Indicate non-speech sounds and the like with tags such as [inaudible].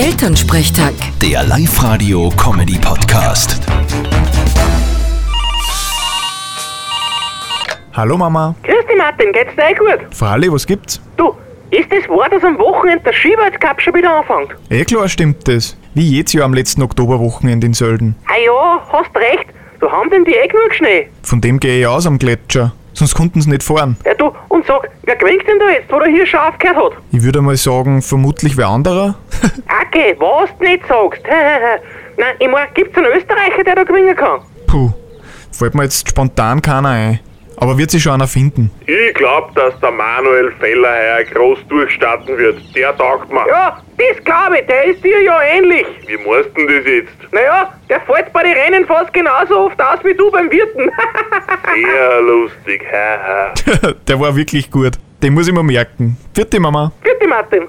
Elternsprechtag. Der Live-Radio-Comedy-Podcast. Hallo Mama. Grüß dich Martin, geht's dir eh gut? Fralli, was gibt's? Du, ist es das wahr, dass am Wochenende der Skiweltcup schon wieder anfängt? Eh klar stimmt das. Wie jedes Jahr am letzten Oktoberwochenende in Sölden. Ah ja, hast recht, da haben denn die eh genug Schnee. Von dem gehe ich aus am Gletscher. Sonst konnten sie nicht fahren. Ja du, und sag, wer gewinnt denn da jetzt, wo der hier schon aufgehört hat? Ich würde mal sagen, vermutlich wer anderer. Okay, was du nicht sagst. [laughs] Nein, ich mein, gibt's einen Österreicher, der da gewinnen kann? Puh, fällt mir jetzt spontan keiner ein. Aber wird sich schon einer finden. [laughs] Ich glaub, dass der Manuel Feller heuer groß durchstarten wird. Der taugt mir. Ja, das glaube ich, der ist dir ja ähnlich. Wie machst denn das jetzt? Naja, der fällt bei den Rennen fast genauso oft aus wie du beim Wirten. [laughs] Sehr lustig, haha. Der war wirklich gut. Den muss ich mir merken. Vierte Mama. Bitte Martin.